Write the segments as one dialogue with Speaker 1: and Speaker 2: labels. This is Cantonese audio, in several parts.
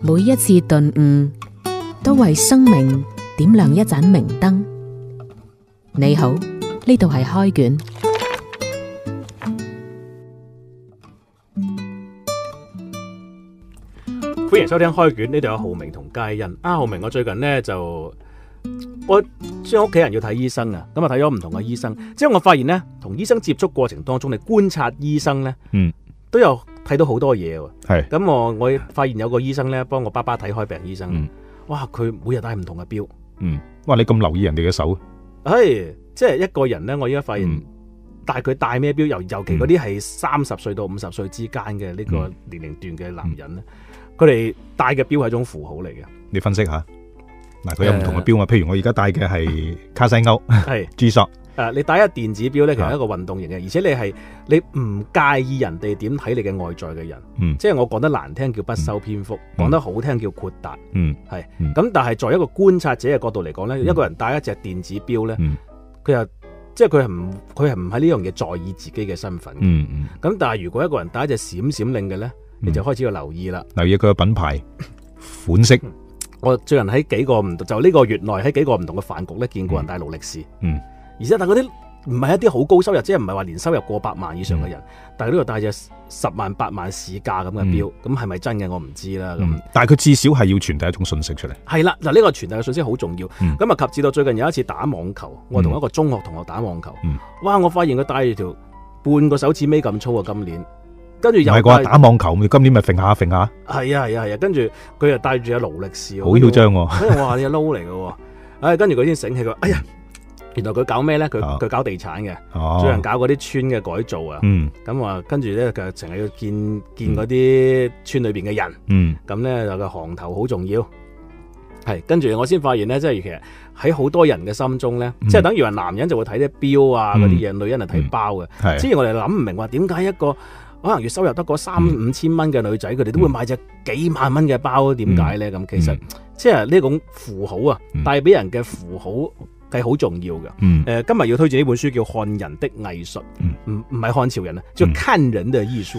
Speaker 1: 每一次頓悟，都為生命點亮一盞明燈。你好，呢度係開卷。
Speaker 2: 歡迎收聽開卷，呢度有浩明同佳欣。啊，浩明，我最近呢，就我將屋企人要睇醫生啊，咁啊睇咗唔同嘅醫生，之後我發現呢，同醫生接觸過程當中，你觀察醫生呢，
Speaker 3: 嗯，
Speaker 2: 都有睇到好多嘢喎。
Speaker 3: 係
Speaker 2: 咁我我發現有個醫生呢，幫我爸爸睇開病醫生，
Speaker 3: 嗯
Speaker 2: 哇，佢每日戴唔同嘅錶，
Speaker 3: 嗯，哇！你咁留意人哋嘅手，
Speaker 2: 唉，即係一個人呢，我依家發現
Speaker 3: 嗯。
Speaker 2: 但係佢戴咩錶，尤尤其嗰啲係三十歲到五十歲之間嘅呢
Speaker 3: 嗯
Speaker 2: 個年齡段嘅男人咧，佢哋戴嘅錶係一種符號嚟嘅，
Speaker 3: 你分析下。嗱，佢有唔同嘅錶啊，譬如我而家戴嘅係卡西歐
Speaker 2: 係。
Speaker 3: G Shock，
Speaker 2: 誒、啊你戴一電子錶咧，其實
Speaker 3: 啊
Speaker 2: 係一個運動型嘅，而且你係你唔介意人哋點睇你嘅外在嘅人，
Speaker 3: 嗯
Speaker 2: 即係我講得難聽叫不修邊幅，
Speaker 3: 嗯
Speaker 2: 講得好聽叫豁達，
Speaker 3: 嗯
Speaker 2: 係
Speaker 3: 嗯
Speaker 2: 咁。但係在一個觀察者嘅角度嚟講咧，
Speaker 3: 嗯
Speaker 2: 一個人戴一隻電子錶咧，
Speaker 3: 嗯
Speaker 2: 佢又即係佢係唔佢係唔喺呢樣嘢在意自己嘅身份嘅。咁、
Speaker 3: 嗯嗯，
Speaker 2: 但係如果一個人戴一隻閃閃令嘅咧，你就開始要留意啦。
Speaker 3: 留意佢嘅品牌、款式，
Speaker 2: 我最近喺幾個唔同就呢個月內喺幾個唔同嘅飯局咧，見過人戴勞力士。
Speaker 3: 嗯，
Speaker 2: 而且但係嗰啲唔係一啲好高收入，即係唔係話年收入過百萬以上嘅人，
Speaker 3: 嗯
Speaker 2: 但係呢度戴隻十萬八萬市價咁嘅錶，咁係咪真嘅我唔知啦。咁
Speaker 3: 嗯，但係佢至少係要傳遞一種信息出嚟。
Speaker 2: 係啦，嗱呢個傳遞嘅信息好重要。
Speaker 3: 嗯
Speaker 2: 咁啊、及至到最近有一次打網球，我同一個中學同學打網球，
Speaker 3: 嗯
Speaker 2: 哇！我發現佢戴住條半個手指尾咁粗啊，今年。跟住
Speaker 3: 唔
Speaker 2: 又
Speaker 3: 係
Speaker 2: 戴
Speaker 3: 啩？打網球，咪今年咪揈下揈下，
Speaker 2: 係啊係啊係啊，跟住佢又戴住隻勞力士喎，
Speaker 3: 好囂張喎。
Speaker 2: 跟住哎我話你係撈嚟嘅喎，唉，跟住佢先醒起佢話，哎呀，原來佢搞咩咧？佢
Speaker 3: 啊
Speaker 2: 佢搞地產嘅，最近
Speaker 3: 哦，
Speaker 2: 搞嗰啲村嘅改造啊，
Speaker 3: 嗯
Speaker 2: 咁啊跟住咧佢成日要見見嗰啲村裏邊嘅人，
Speaker 3: 嗯
Speaker 2: 咁咧就個行頭好重要。係，跟住我先發現咧，即係其實喺好多人嘅心中咧，
Speaker 3: 嗯
Speaker 2: 即係等於話男人就會睇啲錶啊
Speaker 3: 嗯
Speaker 2: 嗰啲嘢，女人係睇包嘅。之
Speaker 3: 係，
Speaker 2: 前我哋諗唔明話點解一個可能月收入得嗰三
Speaker 3: 嗯
Speaker 2: 五千蚊嘅女仔，佢哋都會買隻幾萬蚊嘅包，點解咧？咁其實
Speaker 3: 嗯
Speaker 2: 即係呢種符號啊，
Speaker 3: 嗯
Speaker 2: 帶俾人嘅符號係好重要嘅。
Speaker 3: 嗯
Speaker 2: 誒、呃今日要推薦呢本書叫《漢人的藝術》，
Speaker 3: 嗯
Speaker 2: 唔唔係漢朝人啊，叫《
Speaker 3: 嗯
Speaker 2: 看人的藝術》。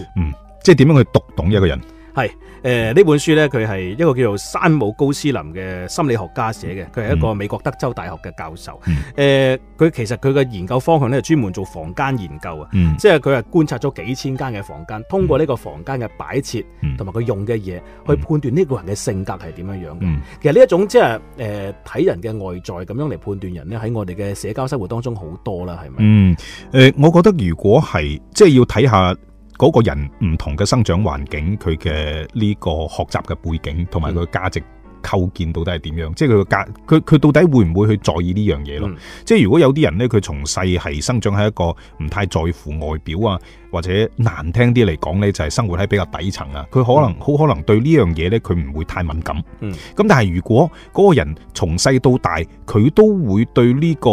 Speaker 3: 即係點樣去讀懂一個人？
Speaker 2: 誒、呃呢本書呢，佢係一個叫做山姆高斯林嘅心理學家寫嘅，佢係一
Speaker 3: 嗯
Speaker 2: 個美國德州大學嘅教授。誒、呃佢其實佢嘅研究方向呢，專門做房間研究啊。
Speaker 3: 嗯
Speaker 2: 即係佢係觀察咗幾千間嘅房間，通過呢個房間嘅擺設
Speaker 3: 嗯
Speaker 2: 同埋佢用嘅嘢，去判斷呢個人嘅性格係點樣樣嘅。
Speaker 3: 嗯
Speaker 2: 其實呢一種即係誒睇人嘅外在咁樣嚟判斷人咧，喺我哋嘅社交生活當中好多啦，係咪？
Speaker 3: 嗯，誒，我覺得如果係即係要睇下。嗰個人唔同嘅生長環境，佢嘅呢個學習嘅背景同埋佢嘅價值構建到底係點樣？即係佢嘅價，佢佢到底會唔會去在意呢樣嘢咯？
Speaker 2: 嗯
Speaker 3: 即係如果有啲人呢，佢從細係生長喺一個唔太在乎外表啊，或者難聽啲嚟講呢，就係生活喺比較底層啊，佢可能好、可能對呢樣嘢呢，佢唔會太敏感。咁、
Speaker 2: 嗯
Speaker 3: 但係如果嗰個人從細到大，佢都會對呢、個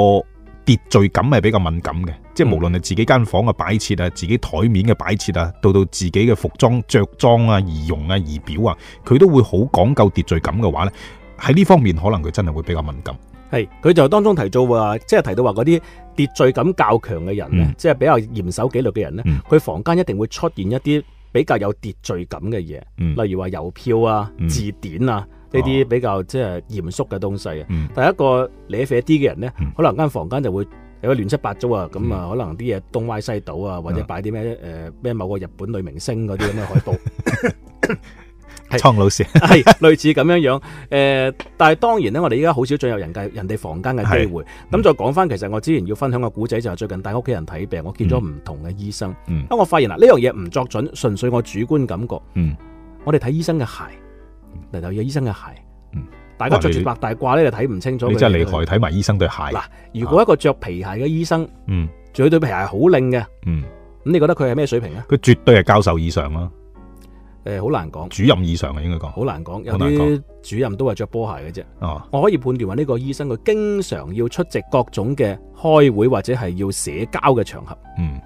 Speaker 3: 秩序感係比較敏感嘅，即
Speaker 2: 嗯
Speaker 3: 係無論係自己間房嘅擺設啊、自己台面嘅擺設啊，到到自己嘅服裝、着裝啊、儀容啊、儀表啊，佢都會好講究秩序感嘅話呢，喺呢方面可能佢真係會比較敏感。
Speaker 2: 係佢就當中提到話，即係提到話嗰啲秩序感較強嘅人咧，
Speaker 3: 嗯
Speaker 2: 即係比較嚴守紀律嘅人咧
Speaker 3: 嗯，
Speaker 2: 佢、房間一定會出現一啲比較有秩序感嘅嘢，
Speaker 3: 嗯
Speaker 2: 例如話郵票啊、
Speaker 3: 嗯哦
Speaker 2: 字典啊呢啲比較即係嚴肅嘅東西啊。
Speaker 3: 嗯
Speaker 2: 第一個瀨啡啲嘅人咧
Speaker 3: 嗯，
Speaker 2: 可能間房間就會有啲亂七八糟啊，咁啊，可能啲嘢東歪西倒啊，或者擺啲咩誒咩某個日本女明星嗰啲咁嘅海報，係
Speaker 3: 蒼老師，
Speaker 2: 係類似咁樣樣。誒、但係當然咧，我哋依家好少進入人嘅人哋房間嘅機會。
Speaker 3: 嗯
Speaker 2: 咁再講翻，其實我之前要分享個古仔就係最近帶屋企人睇病，我見咗唔同嘅醫生，
Speaker 3: 嗯
Speaker 2: 啊，我發現啦，呢樣嘢唔作準，純粹我主觀感覺。
Speaker 3: 嗯，
Speaker 2: 我哋睇醫生嘅鞋，嚟到有醫生嘅鞋
Speaker 3: 嗯，
Speaker 2: 大家
Speaker 3: 哇
Speaker 2: 着
Speaker 3: 你
Speaker 2: 住白大褂咧就睇唔清楚。
Speaker 3: 你真係厲害，！睇埋醫生對鞋。
Speaker 2: 嗱如果一個着皮鞋嘅醫生，
Speaker 3: 嗯
Speaker 2: 仲要對皮鞋好靚嘅，咁
Speaker 3: 嗯，
Speaker 2: 你覺得佢係咩水平啊？
Speaker 3: 佢絕對係教授以上啦，
Speaker 2: 誒、好難講，
Speaker 3: 主任以上啊，應該講。
Speaker 2: 好難講。有
Speaker 3: 好難
Speaker 2: 啲
Speaker 3: 講
Speaker 2: 主任都係着波鞋嘅啫。
Speaker 3: 哦，
Speaker 2: 我可以判斷話呢個醫生佢經常要出席各種嘅開會或者係要社交嘅場合。
Speaker 3: 嗯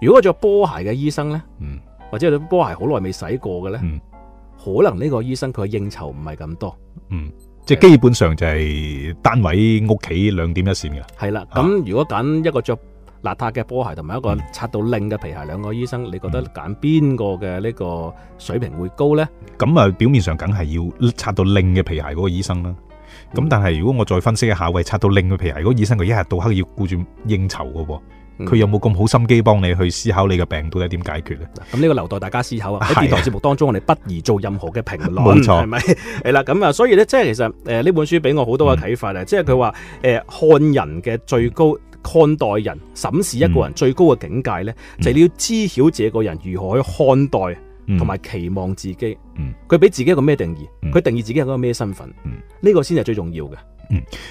Speaker 2: 如果着波鞋嘅醫生呢，
Speaker 3: 嗯
Speaker 2: 或者對波鞋好耐未洗過嘅呢，
Speaker 3: 嗯
Speaker 2: 可能呢個醫生佢嘅應酬唔係咁多。
Speaker 3: 嗯，即係基本上就係單位屋企兩點一線嘅啦。
Speaker 2: 係啦，
Speaker 3: 啊嗯
Speaker 2: 咁如果揀一個着邋遢嘅波鞋同埋一個擦到令嘅皮鞋，兩個醫生，你覺得揀邊個嘅呢個水平會高呢？
Speaker 3: 咁啊，表面上梗係要擦到令嘅皮鞋嗰個醫生啦。咁
Speaker 2: 嗯
Speaker 3: 但係如果我再分析一下，喂，擦到令嘅皮鞋嗰個醫生，佢一日到黑要顧住應酬嘅喎，佢有冇咁好心機幫你去思考你嘅病到底點解決呢？
Speaker 2: 嗱咁呢個留待大家思考啊！喺
Speaker 3: 係啊
Speaker 2: 電台節目當中，我哋不宜做任何嘅評論，
Speaker 3: 冇錯
Speaker 2: 係咪？ 係啦，咁啊，所以咧，即係其實誒呃呢本書俾我好多嘅啟
Speaker 3: 嗯
Speaker 2: 發啊！即係佢話誒看人嘅最高看待人、審視一個人最高嘅境界咧，
Speaker 3: 嗯
Speaker 2: 就係你要知曉自己個人如何去看待
Speaker 3: 嗯
Speaker 2: 同埋期望自己
Speaker 3: 嗯。
Speaker 2: 佢俾自己一個咩定義？
Speaker 3: 嗯
Speaker 2: 佢定義自己係一個咩身份
Speaker 3: 嗯？
Speaker 2: 呢個先係最重要嘅。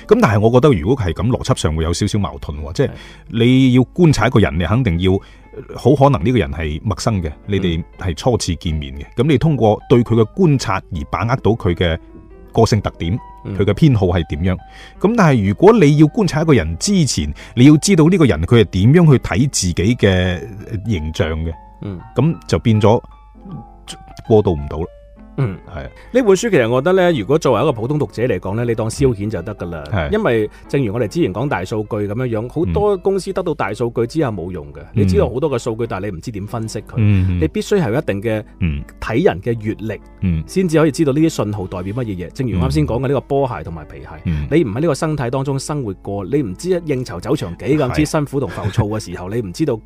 Speaker 3: 咁但係我覺得如果係咁，邏輯上會有少少矛盾喎，即係
Speaker 2: 係
Speaker 3: 你要觀察一個人，你肯定要呃好可能呢個人係陌生嘅，你哋係初次見面嘅，咁你通過對佢嘅觀察而把握到佢嘅個性特點，
Speaker 2: 嗯
Speaker 3: 佢嘅偏好係點樣。咁但係如果你要觀察一個人之前，你要知道呢個人佢係點樣去睇自己嘅呃形象嘅，
Speaker 2: 嗯。
Speaker 3: 咁就變咗過渡唔到啦。
Speaker 2: 嗯，
Speaker 3: 係啊，
Speaker 2: 呢本書其實我覺得咧，如果作為一個普通讀者嚟講咧，你當消遣就得㗎啦。
Speaker 3: 係
Speaker 2: 因為正如我哋之前講大數據咁樣樣，好多公司得到大數據之後冇用嘅。你知道好多嘅數據，但係你唔知點分析佢。
Speaker 3: 嗯
Speaker 2: 你必須係有一定嘅
Speaker 3: 嗯
Speaker 2: 睇人嘅閲歷，
Speaker 3: 嗯
Speaker 2: 先至可以知道呢啲信號代表乜嘢嘢。正如啱先講嘅呢個波鞋同埋皮鞋，
Speaker 3: 嗯，
Speaker 2: 你唔喺呢個生態當中生活過，你唔知應酬走場幾咁
Speaker 3: 係
Speaker 2: 之辛苦同浮躁嘅時候，你唔知道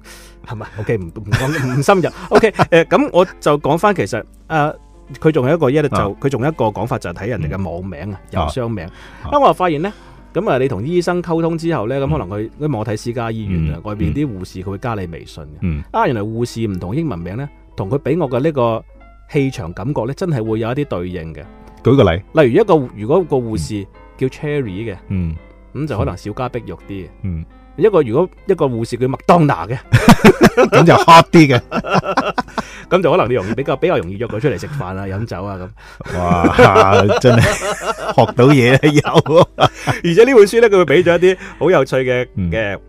Speaker 2: 係咪？OK，唔唔講唔深入。OK，誒、 咁我就講翻其實誒。呃佢仲有一個一就
Speaker 3: 啊
Speaker 2: 佢仲有一個講法就係睇人哋嘅網名啊、
Speaker 3: 啊
Speaker 2: 郵箱名。啊，我又發現呢，咁啊，你同醫生溝通之後呢，咁可能佢因為我睇私家醫院啊
Speaker 3: 嗯，
Speaker 2: 外邊啲護士佢會加你微信嘅。
Speaker 3: 嗯
Speaker 2: 啊，原來護士唔同英文名呢，同佢俾我嘅呢個氣場感覺呢，真係會有一啲對應嘅。
Speaker 3: 舉個例，
Speaker 2: 例如一個如果個護士叫 Cherry 嘅。
Speaker 3: 嗯
Speaker 2: 咁就可能小家碧玉啲嘅。
Speaker 3: 嗯，
Speaker 2: 一個如果一個護士叫麥當娜嘅，
Speaker 3: 咁就 hot 啲嘅。
Speaker 2: 咁就可能你容易比較比較容易約佢出嚟食飯啊、飲酒啊咁。
Speaker 3: 哇！真係學到嘢啊有，
Speaker 2: 而且呢本書咧，佢會俾咗一啲好有趣嘅
Speaker 3: 嗯
Speaker 2: 嘅。嗯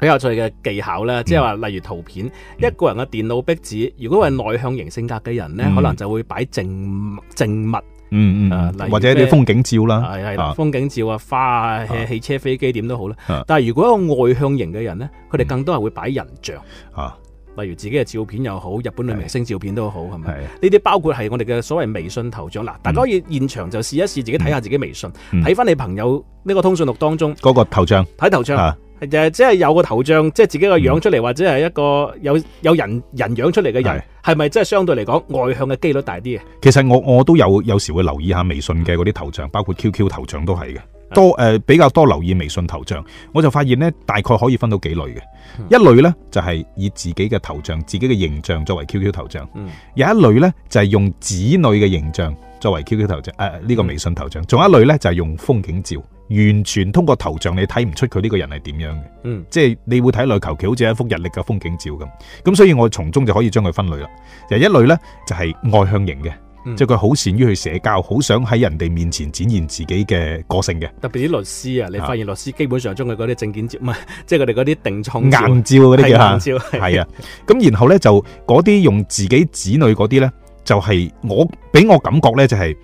Speaker 2: 好有趣嘅技巧啦，即係話例如圖片，
Speaker 3: 嗯
Speaker 2: 一個人嘅電腦壁紙，如果係內向型性格嘅人呢，
Speaker 3: 嗯
Speaker 2: 可能就會擺靜靜物，
Speaker 3: 嗯
Speaker 2: 啊
Speaker 3: 嗯
Speaker 2: 例
Speaker 3: 嗯，
Speaker 2: 如
Speaker 3: 或者啲
Speaker 2: 咩
Speaker 3: 風景照啦，
Speaker 2: 係係啦
Speaker 3: 啊
Speaker 2: 風景照啊、花啊、
Speaker 3: 啊
Speaker 2: 汽車、飛機點都好啦
Speaker 3: 啊。
Speaker 2: 但係如果一個外向型嘅人呢，佢哋
Speaker 3: 嗯
Speaker 2: 更多係會擺人像，
Speaker 3: 啊，
Speaker 2: 例如自己嘅照片又好，日本女明星照片都好，係咪？
Speaker 3: 係
Speaker 2: 呢啲包括係我哋嘅所謂微信頭像嗱，大家可以現場就試一試自己睇下自己微信，
Speaker 3: 嗯
Speaker 2: 睇翻你朋友呢個通訊錄當中
Speaker 3: 嗰個頭像
Speaker 2: 睇頭像，
Speaker 3: 啊，
Speaker 2: 係就係即係有個頭像，即係自己個樣出嚟，或者係一個有有人人樣出嚟嘅人
Speaker 3: 係，
Speaker 2: 係咪即係相對嚟講外向嘅機率大啲嘅？啊
Speaker 3: 其實我我都有有時會留意下微信嘅嗰啲頭像，包括 QQ 頭像都係嘅。多誒、呃比較多留意微信頭像，我就發現呢，大概可以分到幾類嘅。
Speaker 2: 嗯
Speaker 3: 一類呢，就係、以自己嘅頭像、自己嘅形象作為 QQ 頭像；
Speaker 2: 嗯
Speaker 3: 有一類呢，就係、用子女嘅形象作為 QQ 頭像，誒、呃呢、個微信頭像；仲有一類呢，就係、用風景照，完全通過頭像你睇唔出佢呢個人係點樣嘅。
Speaker 2: 嗯，
Speaker 3: 即係你會睇落去求其好似一幅日曆嘅風景照咁。咁所以我從中就可以將佢分類啦。有一類呢，就係、外向型嘅，
Speaker 2: 嗯
Speaker 3: 即係佢好善於去社交，好想喺人哋面前展現自己嘅個性嘅
Speaker 2: 特別啲律師啊，你
Speaker 3: 啊
Speaker 2: 發現律師基本上將佢嗰啲證件照，唔係 即係佢哋嗰啲定創
Speaker 3: 硬照
Speaker 2: 照啊
Speaker 3: 嗰啲
Speaker 2: 係
Speaker 3: 叫嚇
Speaker 2: 硬。 照，係
Speaker 3: 係啊，咁然後呢，就嗰啲用自己子女嗰啲呢，就係、我俾我感覺呢，就係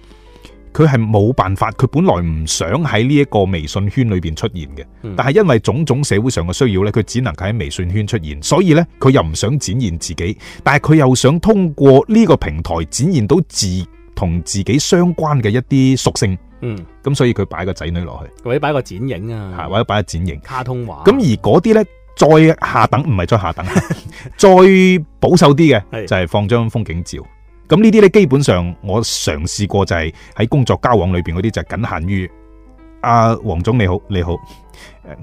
Speaker 3: 佢係冇辦法，佢本來唔想喺呢一個微信圈裏邊出現嘅，
Speaker 2: 嗯
Speaker 3: 但係因為種種社會上嘅需要呢，佢只能夠喺微信圈出現，所以呢，佢又唔想展現自己，但係佢又想通過呢個平台展現到自同自己相關嘅一啲屬性，
Speaker 2: 嗯，
Speaker 3: 咁所以佢擺個仔女落去，
Speaker 2: 或者擺個剪影啊
Speaker 3: 嚇，或者擺個剪影。
Speaker 2: 卡通畫，啊
Speaker 3: 咁而嗰啲呢，再下等唔係再下等， 再保守啲嘅
Speaker 2: 係
Speaker 3: 就係放張風景照。咁呢啲呢，基本上我嘗試過就係喺工作交往裏邊嗰啲就僅限於阿黃總你好你好，誒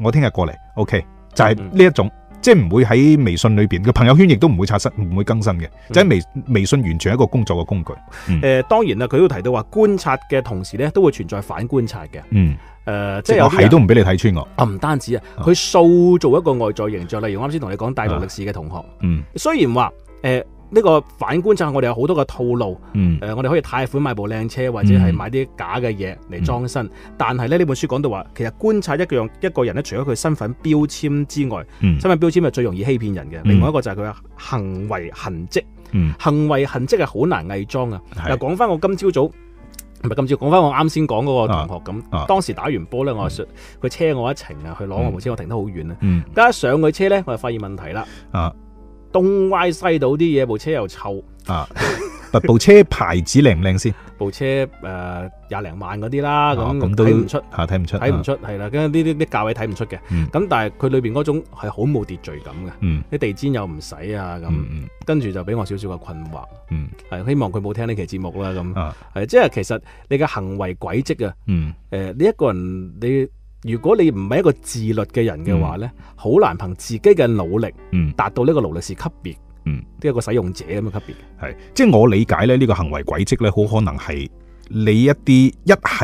Speaker 3: 我聽日過嚟，OK，就
Speaker 2: 嗯
Speaker 3: 係呢一種。即係唔會喺微信裏邊嘅朋友圈，亦都唔會刷新，唔會更新嘅。
Speaker 2: 嗯
Speaker 3: 就喺微微信完全係一個工作嘅工具。
Speaker 2: 誒、當然啦，佢都提到話觀察嘅同時咧，都會存在反觀察嘅。誒、
Speaker 3: 嗯，
Speaker 2: 即
Speaker 3: 即
Speaker 2: 係
Speaker 3: 係
Speaker 2: 有
Speaker 3: 我
Speaker 2: 啲人
Speaker 3: 係都唔俾你睇穿我。
Speaker 2: 啊，唔單止啊，
Speaker 3: 啊
Speaker 2: 佢塑造一個外在形象，例如我啱先同你講大陸歷史嘅同學，
Speaker 3: 嗯
Speaker 2: 雖然話誒呢個反觀察，我哋有好多嘅套路，
Speaker 3: 嗯
Speaker 2: 誒、我哋可以貸款買部靚車，或者係
Speaker 3: 嗯
Speaker 2: 買啲假嘅嘢嚟裝身，但係咧呢本書講到話，其實觀察一樣一個人咧，除咗佢身份標籤之外，
Speaker 3: 嗯
Speaker 2: 身份標籤係最容易欺騙人嘅，
Speaker 3: 嗯
Speaker 2: 另外一個就係佢嘅行為痕跡，
Speaker 3: 嗯，
Speaker 2: 行為痕跡係好難偽裝啊。
Speaker 3: 係
Speaker 2: 嗱，講翻我今朝早唔係今朝講翻我啱先講嗰個同學咁，
Speaker 3: 啊
Speaker 2: 當時打完波咧，我係佢車我一程啊，去攞我部車，我停得好遠啊。
Speaker 3: 嗯
Speaker 2: 家上佢車咧，我就發現問題啦，
Speaker 3: 啊
Speaker 2: 東歪西倒啲嘢，部車又臭，
Speaker 3: 啊，嗱部車牌子靚唔靚先？
Speaker 2: 部車誒廿零萬嗰啲啦，
Speaker 3: 啊
Speaker 2: 咁
Speaker 3: 咁都
Speaker 2: 睇唔出，
Speaker 3: 吓睇唔出，
Speaker 2: 睇唔
Speaker 3: 啊，
Speaker 2: 出係啦，跟住呢啲啲價位睇唔出嘅。
Speaker 3: 嗯
Speaker 2: 咁但係佢裏邊嗰種係好冇秩序感嘅，
Speaker 3: 嗯
Speaker 2: 啲地氈又唔使啊
Speaker 3: 嗯
Speaker 2: 咁，
Speaker 3: 嗯
Speaker 2: 跟住就俾我少少嘅困惑。
Speaker 3: 嗯
Speaker 2: 係希望佢冇聽呢期節目啦咁。
Speaker 3: 啊
Speaker 2: 係即係其實你嘅行為軌跡啊。
Speaker 3: 嗯
Speaker 2: 誒、你一個人，你如果你唔係一個自律嘅人嘅話呢好、難憑自己嘅努力
Speaker 3: 嗯
Speaker 2: 達到呢個勞力士級別，
Speaker 3: 嗯，
Speaker 2: 都有個使用者咁嘅級別。
Speaker 3: 係，即係我理解咧，呢個行為軌跡咧，好可能係你一啲一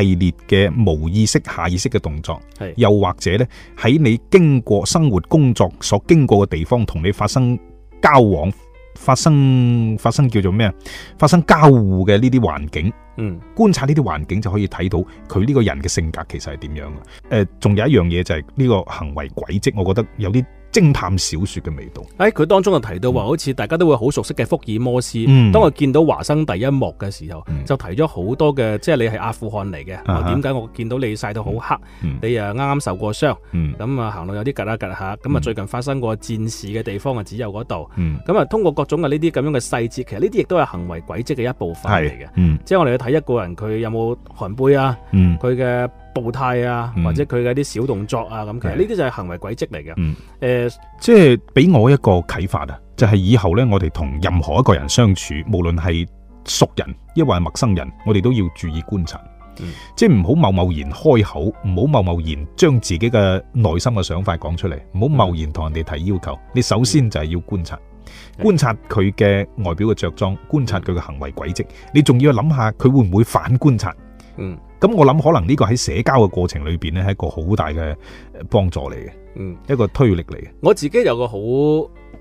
Speaker 3: 系列嘅無意識、下意識嘅動作，
Speaker 2: 係
Speaker 3: 又或者咧喺你經過生活、工作所經過嘅地方，同你發生交往、發生發生叫做咩啊？發生交互嘅呢啲環境。
Speaker 2: 嗯，
Speaker 3: 觀察呢啲環境就可以睇到佢呢個人嘅性格其實係點樣嘅。誒、呃仲有一樣嘢就係呢個行為軌跡，我覺得有啲偵探小說嘅味道。
Speaker 2: 誒、佢當中就提到話，好似大家都會好熟悉嘅福爾摩斯，
Speaker 3: 嗯
Speaker 2: 當我見到華生第一幕嘅時候，
Speaker 3: 嗯
Speaker 2: 就提咗好多嘅，即係你係阿富汗嚟嘅，哦
Speaker 3: 啊哈
Speaker 2: 點解我見到你曬到好黑，
Speaker 3: 嗯
Speaker 2: 你啊啱啱受過傷，
Speaker 3: 嗯
Speaker 2: 咁啊行路有啲趌下趌下，咁啊
Speaker 3: 嗯
Speaker 2: 最近發生過戰事嘅地方啊只有嗰度，
Speaker 3: 嗯，
Speaker 2: 咁啊通過各種嘅呢啲咁樣嘅細節，其實呢啲亦都係行為軌跡嘅一部分嚟嘅
Speaker 3: 係。嗯
Speaker 2: 即係我哋去睇一個人佢有冇寒背啊，
Speaker 3: 嗯
Speaker 2: 佢嘅步態啊，
Speaker 3: 嗯
Speaker 2: 或者佢嘅啲小動作啊，咁其實
Speaker 3: 係
Speaker 2: 呢啲就係行為軌跡嚟嘅。誒、呃
Speaker 3: 嗯，即係俾我一個啟發啊！就係、以後呢，我哋同任何一個人相處，無論係熟人抑或係陌生人，我哋都要注意觀察。
Speaker 2: 嗯
Speaker 3: 即係唔好貿貿然開口，唔好貿貿然將自己嘅內心嘅想法講出嚟，唔好貿然同人哋提要求。你首先就係要觀察，
Speaker 2: 嗯
Speaker 3: 觀察佢嘅外表嘅着裝，觀察佢嘅行為軌跡。你仲要諗下佢會唔會反觀察。
Speaker 2: 嗯
Speaker 3: 咁我諗可能呢個喺社交嘅過程裏邊呢，係一個好大嘅呃幫助嚟嘅，
Speaker 2: 嗯，
Speaker 3: 一個推力嚟嘅。
Speaker 2: 我自己有個好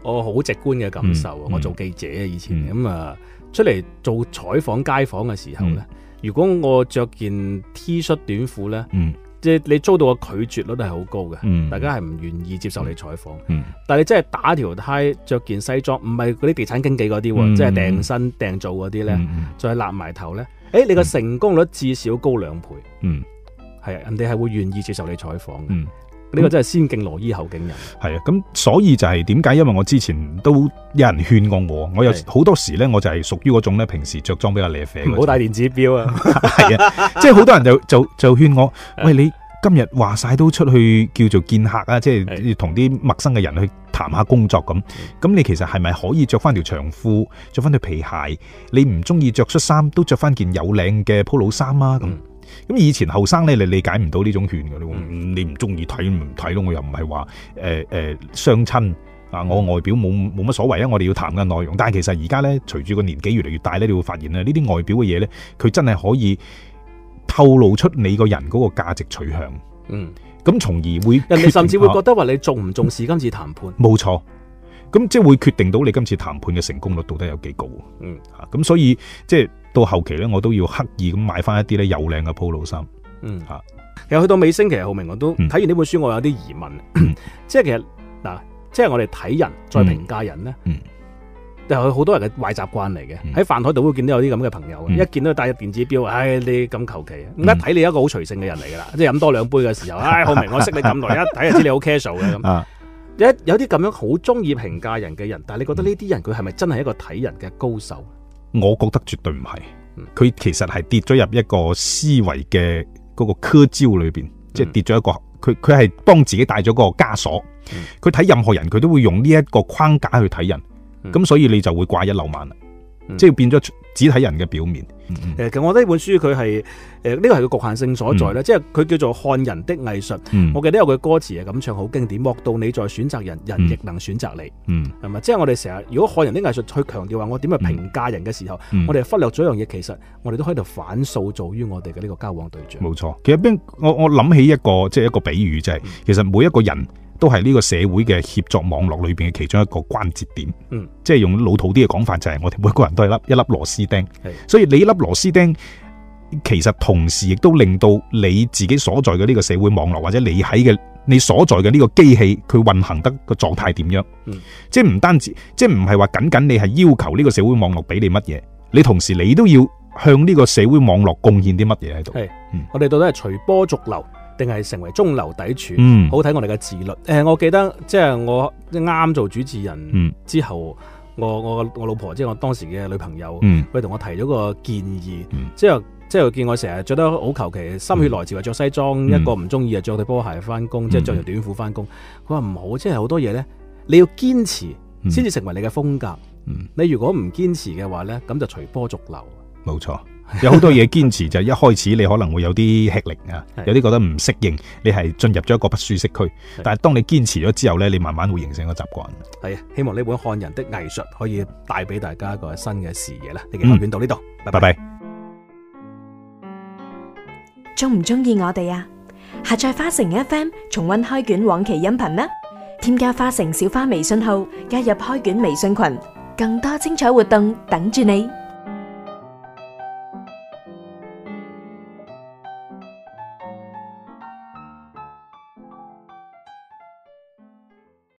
Speaker 2: 我好直觀嘅感受啊！
Speaker 3: 嗯
Speaker 2: 我做記者啊以前
Speaker 3: 嗯
Speaker 2: 咁啊、出嚟做採訪街訪嘅時候呢，
Speaker 3: 嗯
Speaker 2: 如果我着件 T 恤短褲呢，
Speaker 3: 嗯
Speaker 2: 即係你遭到嘅拒絕率係好高嘅。
Speaker 3: 嗯，
Speaker 2: 大家係唔願意接受你採訪，
Speaker 3: 嗯。
Speaker 2: 但係你真係打條呔着件西裝，唔係嗰啲地產經紀嗰啲喎，
Speaker 3: 嗯
Speaker 2: 即係訂身訂做嗰啲呢。
Speaker 3: 嗯
Speaker 2: 再立埋頭呢，誒，你個成功率至少高兩倍，
Speaker 3: 嗯
Speaker 2: 係啊人哋係會願意接受你採訪嘅。呢、
Speaker 3: 嗯，
Speaker 2: 個真係先敬羅衣後敬人。
Speaker 3: 係啊，咁所以就係點解？因為我之前都有人勸過我，我有
Speaker 2: 係
Speaker 3: 好多時咧，我就係屬於嗰種咧，平時着裝比較瀨啡嗰種，
Speaker 2: 唔好帶電子錶啊！
Speaker 3: 係啊，即係好多人就就就勸我，喂你。今日話晒都出去叫做見客啊，即
Speaker 2: 係
Speaker 3: 係嗯同啲陌生嘅人去談下工作咁。咁你其實係咪可以着翻條長褲，着翻對皮鞋？你唔中意着恤衫，都着翻件有領嘅 polo 衫啊咁。
Speaker 2: 嗯
Speaker 3: 咁以前後生咧，你理解唔到呢種勸嘅，你話
Speaker 2: 嗯
Speaker 3: 你唔中意睇咪唔睇咯，我又唔係話誒誒相親啊，我外表冇冇乜所謂啊，我哋要談嘅內容。但係其實而家咧，隨住個年紀越嚟越大咧，你會發現咧，呢啲外表嘅嘢咧，佢真係可以透露出你個人嗰個價值取向，
Speaker 2: 嗯，
Speaker 3: 咁從而會
Speaker 2: 人哋甚至會
Speaker 3: 決定啊
Speaker 2: 覺得話你重唔重視今次談判。
Speaker 3: 冇錯，咁即係會決定到你今次談判嘅成功率到底有幾高。
Speaker 2: 嗯，
Speaker 3: 啊，咁所以即係到後期咧，我都要刻意咁買翻一啲咧有領嘅 polo 衫。
Speaker 2: 嗯
Speaker 3: 啊，
Speaker 2: 其實去到尾聲，其實浩明我都
Speaker 3: 嗯
Speaker 2: 睇完呢本書，我有啲疑問，
Speaker 3: 嗯
Speaker 2: 即係其實嗱，即係我哋睇人再評價人呢，
Speaker 3: 嗯
Speaker 2: 就係好多人嘅壞習慣嚟嘅。
Speaker 3: 嗯
Speaker 2: 喺飯台度會見到有啲咁嘅朋友，
Speaker 3: 嗯
Speaker 2: 一見到佢戴隻電子錶，唉，你咁求其，咁一睇你一個好隨性嘅人嚟㗎啦， 即係飲多兩杯嘅時候，唉，浩明，我識你咁耐，一睇就知你好 casual 嘅咁。
Speaker 3: 啊，
Speaker 2: 有有啲咁樣好中意評價人嘅人，但係你覺得呢啲人佢係咪真係一個睇人嘅高手？
Speaker 3: 我覺得絕對唔係
Speaker 2: 嗯，
Speaker 3: 佢其實係跌咗入一個思維嘅嗰個窠焦裏邊，即係跌咗一個佢佢係幫自己帶咗個枷鎖
Speaker 2: 嗯。
Speaker 3: 佢睇任何人，佢都會用呢一個框架去睇人，
Speaker 2: 嗯
Speaker 3: 咁所以你就會掛一漏萬啦
Speaker 2: 嗯，
Speaker 3: 即係變咗只睇人嘅表面。嗯
Speaker 2: 誒，呃其實我覺得呢本書佢係誒呢個係佢局限性所在咧，即係佢叫做看人的藝術。
Speaker 3: 嗯
Speaker 2: 我記得有句歌詞係咁唱，好經典：莫到你在選擇人，人
Speaker 3: 嗯
Speaker 2: 亦能選擇你，
Speaker 3: 嗯
Speaker 2: 係咪？即係我哋成日如果看人的藝術去強調話我點去評價人嘅時候，
Speaker 3: 嗯
Speaker 2: 我哋忽略咗一樣嘢，其實我哋都喺度反塑造於我哋嘅呢個交往對象。
Speaker 3: 冇錯，其實邊我我諗起一個即係一個比喻，就係、
Speaker 2: 嗯
Speaker 3: 其實每一個人都係呢個社會嘅協作網絡裏邊嘅其中一個關節點。
Speaker 2: 嗯，
Speaker 3: 即係用老土啲嘅講法，就係我哋每個人都係粒一粒螺絲釘
Speaker 2: 係。
Speaker 3: 所以你粒螺絲釘，其實同時亦都令到你自己所在嘅呢個社會網絡，或者你喺嘅你所在嘅呢個機器，佢運行得個狀態點樣？
Speaker 2: 嗯
Speaker 3: 即係唔單止，即係唔係話僅僅你係要求呢個社會網絡俾你乜嘢，你同時你都要向呢個社會網絡貢獻啲乜嘢喺度
Speaker 2: 係？我哋到底係隨波逐流，定係成為中流砥柱？
Speaker 3: 嗯，
Speaker 2: 好睇我哋嘅自律。誒、呃我記得即係我啱做主持人
Speaker 3: 嗯
Speaker 2: 之後，我我我老婆即係我當時嘅女朋友，
Speaker 3: 嗯
Speaker 2: 佢同我提咗個建議
Speaker 3: 嗯，
Speaker 2: 之後即係見我成日着得好求其，心血來潮就着西裝，
Speaker 3: 嗯
Speaker 2: 一個唔中意就着對波鞋翻工，
Speaker 3: 嗯
Speaker 2: 即係着條短褲翻工。佢話唔好，即係好多嘢呢，你要堅持
Speaker 3: 嗯
Speaker 2: 先至成為你嘅風格。
Speaker 3: 嗯，
Speaker 2: 你如果唔堅持嘅話呢，咁就隨波逐流。
Speaker 3: 冇錯。有好多嘢堅持就係一開始你可能會有啲吃力啊，
Speaker 2: 係
Speaker 3: 有啲覺得唔適應，你係進入咗一個不舒適區。但係當你堅持咗之後呢，你慢慢會形成一個習慣。
Speaker 2: 係啊，希望呢本《漢人的藝術》可以帶俾大家一個新嘅視野啦。呢期
Speaker 3: 嗯
Speaker 2: 開卷到呢度，拜
Speaker 3: 拜拜。
Speaker 4: 中唔中意我哋啊？下載花城 FM 重温開卷往期音頻啦！添加花城小花微信號，加入開卷微信群，更多精彩活動等住你。